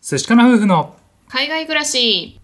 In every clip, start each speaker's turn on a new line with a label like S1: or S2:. S1: 寿司かな夫婦の
S2: 海外暮らし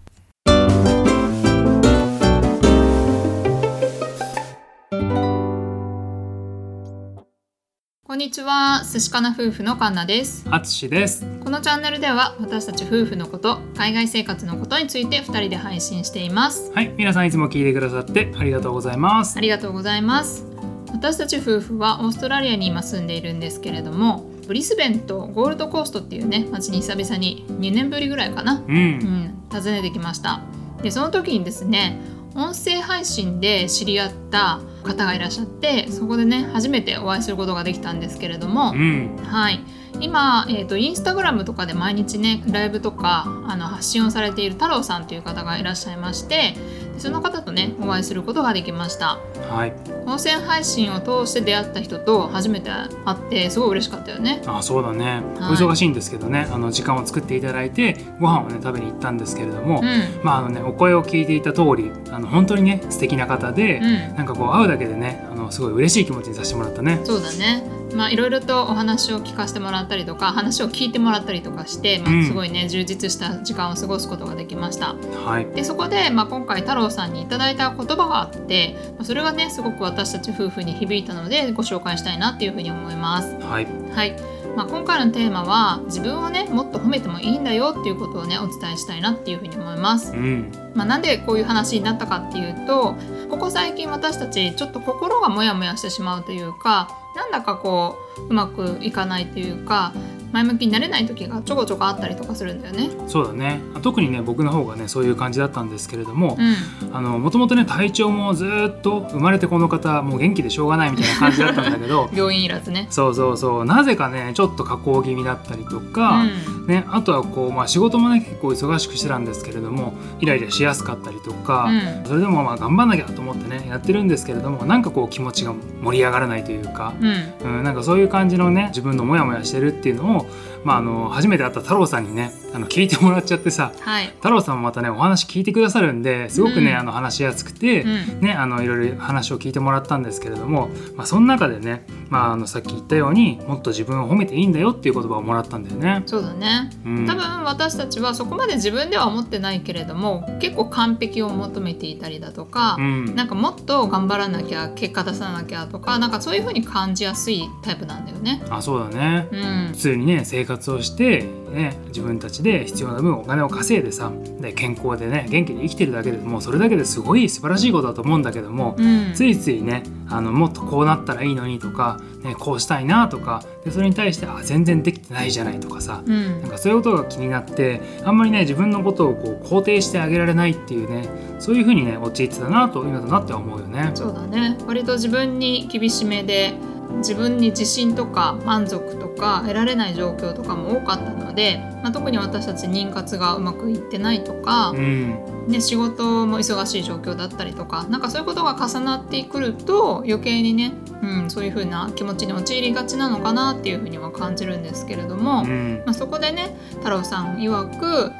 S2: こんにちは寿司かな夫婦のカンナです
S1: あつしです
S2: このチャンネルでは私たち夫婦のこと海外生活のことについて2人で配信しています
S1: はい皆さんいつも聞いてくださってありがとうございます
S2: ありがとうございます私たち夫婦はオーストラリアに今住んでいるんですけれどもブリスベンとゴールドコーストっていうね街に久々に2年ぶりぐらいかな
S1: う
S2: うんん、訪ねてきましたでその時にですね音声配信で知り合った方がいらっしゃってそこでね初めてお会いすることができたんですけれども、
S1: うん
S2: はい、今、えー、とインスタグラムとかで毎日ねライブとかあの発信をされている太郎さんという方がいらっしゃいましてでその方とねお会いすることができました
S1: はい
S2: 音声配信を通して出会った人と初めて会ってすごい嬉しかったよね
S1: あそうだね、
S2: はい
S1: お忙しいんですけどねあの時間を作っていただいてご飯をね食べに行ったんですけれども、
S2: うん
S1: まああのねお声を聞いていた通りあの本当にね素敵な方で、
S2: うん
S1: なんかこう会うだけでねあのすごい嬉しい気持ちにさせてもらったね
S2: そうだねまあいろいろとお話を聞かせてもらったりとか話を聞いてもらったりとかして、ま
S1: うん
S2: あ、すごいね充実した時間を過ごすことができました
S1: はい
S2: でそこで、まあ、今回太郎さんにいただいた言葉があってまあそれがねすごく私たち夫婦に響いたのでご紹介したいなっていうふうに思います
S1: はい
S2: はい、まあ、今回のテーマは自分をねもっと褒めてもいいんだよっていうことをねお伝えしたいなっていうふうに思います
S1: うん
S2: まあ、なんでこういう話になったかっていうとここ最近私たちちょっと心がモヤモヤしてしまうというかなんだかこううまくいかないというか前向きになれない時がちょこちょこあったりとかするんだよね。
S1: そうだね特にね僕の方がねそういう感じだったんですけれども、
S2: うん、
S1: あのもともとね体調もずーっと生まれてこの方もう元気でしょうがないみたいな感じだったんだけ ど
S2: 病院いらずね。
S1: そうそうそうなぜかねちょっと加工気味だったりとか、ね、あとはこう、まあ、仕事もね結構忙しくしてたんですけれどもイライラしやすかったりとか、
S2: うん
S1: それでもまあ頑張んなきゃと思ってねやってるんですけれどもなんかこう気持ちが盛り上がらないというか。
S2: うん、うん
S1: うん、なんかそういう感じのね自分のモヤモヤしてるっていうのを、まあ、あの初めて会った太郎さんにねあの聞いてもらっちゃってさ
S2: はい、
S1: 太郎さんもまたねお話聞いてくださるんですごくね、
S2: うん
S1: あの話しやすくて、
S2: うん
S1: ね、あのいろいろ話を聞いてもらったんですけれども、まあ、その中でね、まあ、あのさっき言ったようにもっと自分を褒めていいんだよっていう言葉をもらったんだよね。
S2: そうだね。
S1: うん、
S2: 多分私たちはそこまで自分では思ってないけれども結構完璧を求めていたりだとか、
S1: うん
S2: なんかもっと頑張らなきゃ結果出さなきゃとかなんかそういう風に感じやすいタイプなんだよね。
S1: あそうだね
S2: うん
S1: 普、通にね生活をして、ね、自分たちで必要な分お金を稼いでさで健康でね元気に生きてるだけでもうそれだけですごい素晴らしいことだと思うんだけども、
S2: うん、
S1: ついついねあのもっとこうなったらいいのにとか、ね、こうしたいなとかでそれに対してあ全然できてないじゃないとかさ
S2: うん
S1: なんかそういうことが気になってあんまりね自分のことをこう肯定してあげられないっていうねそういうふうにね陥ってたなと今となっては思うよね。
S2: そうだね割と自分に厳しめで自分に自信とか満足とか得られない状況とかも多かったので、まあ、特に私たち妊活がうまくいってないとか
S1: う、ん、
S2: ね、仕事も忙しい状況だったりとかなんかそういうことが重なってくると余計にね、うん、そういう風な気持ちに陥りがちなのかなっていう風には感じるんですけれども、
S1: うん
S2: まあ、そこでね太郎さん曰く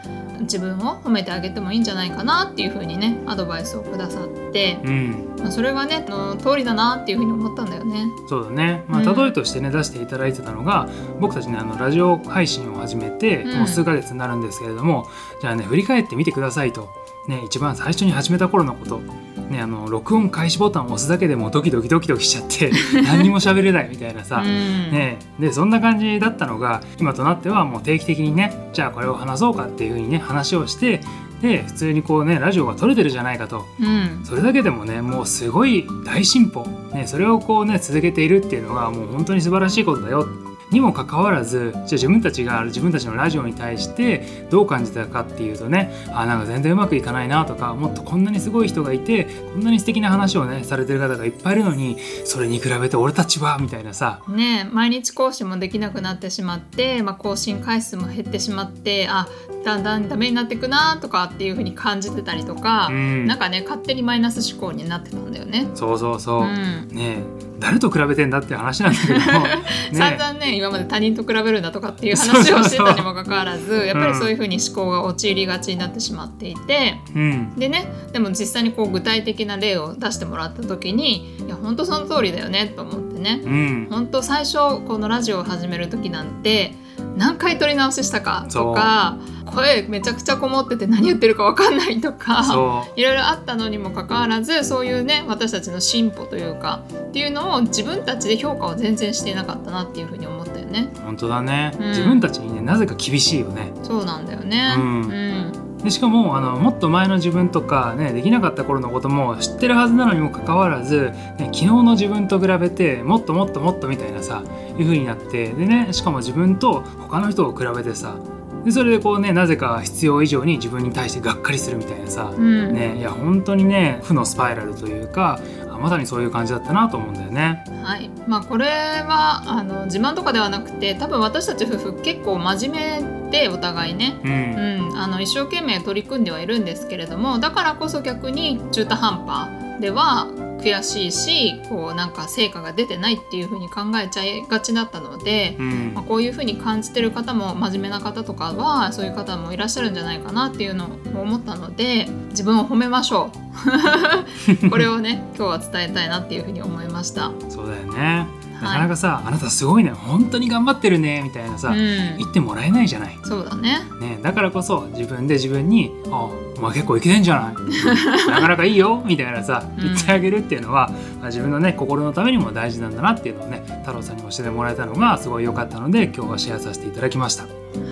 S2: 自分を褒めてあげてもいいんじゃないかなっていう風にねアドバイスをくださって、
S1: うん、
S2: まあ、それがねあの通りだなっていうふうに思ったんだよね。
S1: そうだね、まあ、
S2: うん
S1: 例えとしてね出していただいてたのが僕たちねあのラジオ配信を始めて
S2: うん
S1: もう数ヶ月になるんですけれども、じゃあね振り返ってみてくださいと、ね、一番最初に始めた頃のこと、ね、あの録音開始ボタンを押すだけでもうドキドキドキドキしちゃって 何にも喋れないみたいなさ、
S2: うん
S1: ね、でそんな感じだったのが今となってはもう定期的にねじゃあこれを話そうかっていうふうにね話をしてで普通にこうねラジオが撮れてるじゃないかと
S2: うん
S1: それだけでもねもうすごい大進歩、ね、それをこうね続けているっていうのがもう本当に素晴らしいことだよにもかかわらずじゃあ自分たちが自分たちのラジオに対してどう感じたかっていうとねあなんか全然うまくいかないなとかもっとこんなにすごい人がいてこんなに素敵な話をねされてる方がいっぱいいるのにそれに比べて俺たちはみたいなさ
S2: ね毎日更新もできなくなってしまって、まあ、更新回数も減ってしまってあだんだんダメになってくなとかっていうふうに感じてたりとか、
S1: うん
S2: なんかね勝手にマイナス思考になってたんだよね。
S1: そうそうそうう、
S2: ん
S1: ねえ誰と比べてんだって話なんだけど も
S2: 散
S1: ね
S2: 々ね今まで他人と比べるんだとかっていう話をしてたにもかかわらずやっぱりそういうふうに思考が陥りがちになってしまっていて、
S1: えうん
S2: でねでも実際にこう具体的な例を出してもらった時にいや本当その通りだよねと思ってね
S1: うん
S2: 本当最初このラジオを始める時なんて何回撮り直ししたかとか声めちゃくちゃこもってて何言ってるかわかんないとか
S1: そ
S2: いろいろあったのにもかかわらずそういうね私たちの進歩というかっていうのを自分たちで評価を全然していなかったなっていうふうに思ったよね
S1: う本当だね、
S2: うん
S1: 自分たちにねなぜか厳しいよね
S2: そうなんだよね
S1: う
S2: うんん、
S1: でしかもあのもっと前の自分とか、ね、できなかった頃のことも知ってるはずなのにもかかわらず、ね、昨日の自分と比べてもっともっともっとみたいなさいう風になってでねしかも自分と他の人を比べてさでそれでこうねなぜか必要以上に自分に対してがっかりするみたいなさ、
S2: うん
S1: ね、いや本当にね負のスパイラルというかあまさにそういう感じだったなと思うんだよね。
S2: はいまあ、これはあの自慢とかではなくて多分私たち夫婦結構真面目でお互いね、
S1: う、
S2: うんん、あの一生懸命取り組んではいるんですけれどもだからこそ逆に中途半端では悔しいしこうなんか成果が出てないっていう風に考えちゃいがちだったので、
S1: うん
S2: まあ、こういう風に感じてる方も真面目な方とかはそういう方もいらっしゃるんじゃないかなっていうのを思ったので自分を褒めましょ うこれをね今日は伝えたいなっていう風に思いました。
S1: そうだよねな
S2: はい
S1: かなかさ、あなたすごいね本当に頑張ってるねみたいなさ、
S2: うん
S1: 言、ってもらえないじゃない。
S2: そうだね
S1: ね、だからこそ自分で自分に「あお前結構いけてんじゃないなかなかい いよ」みたいなさ
S2: うん
S1: 言ってあげるっていうのは、まあ自分のね心のためにも大事なんだなっていうのをね太郎さんに教えてもらえたのがすごい良かったので今日はシェアさせていただきました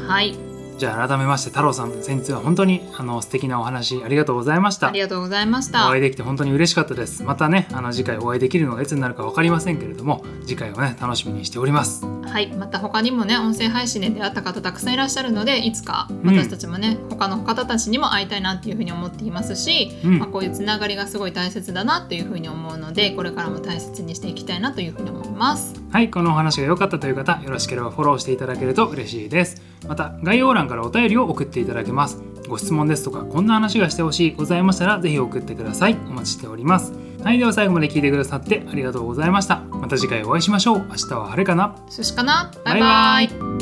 S2: はい
S1: じゃあ改めまして太郎さん先日は本当にあの素敵なお話ありがとうございまし
S2: あ
S1: た
S2: りがとうございまし
S1: お
S2: た
S1: 会いできて本当に嬉しかったですまたねあの次回お会いできるのがいつになるか分かりませんけれども次回をね楽しみにしております
S2: はいまた他にもね音声配信で出会った方たくさんいらっしゃるのでいつか
S1: うん
S2: 私たちもね、他の方たちにも会いたいなっていうふうに思っていますし、
S1: うん
S2: まあ、こういうつながりがすごい大切だなっていうふうに思うのでこれからも大切にしていきたいなというふうに思います
S1: はい、このお話が良かったという方、よろしければフォローしていただけると嬉しいです。また、概要欄からお便りを送っていただけます。ご質問ですとか、こんな話がしてほしい、ございましたら、ぜひ送ってください。お待ちしております。はい、では最後まで聞いてくださってありがとうございました。また次回お会いしましょう。明日は晴れかな
S2: 寿司かなバイバイ
S1: バイバイ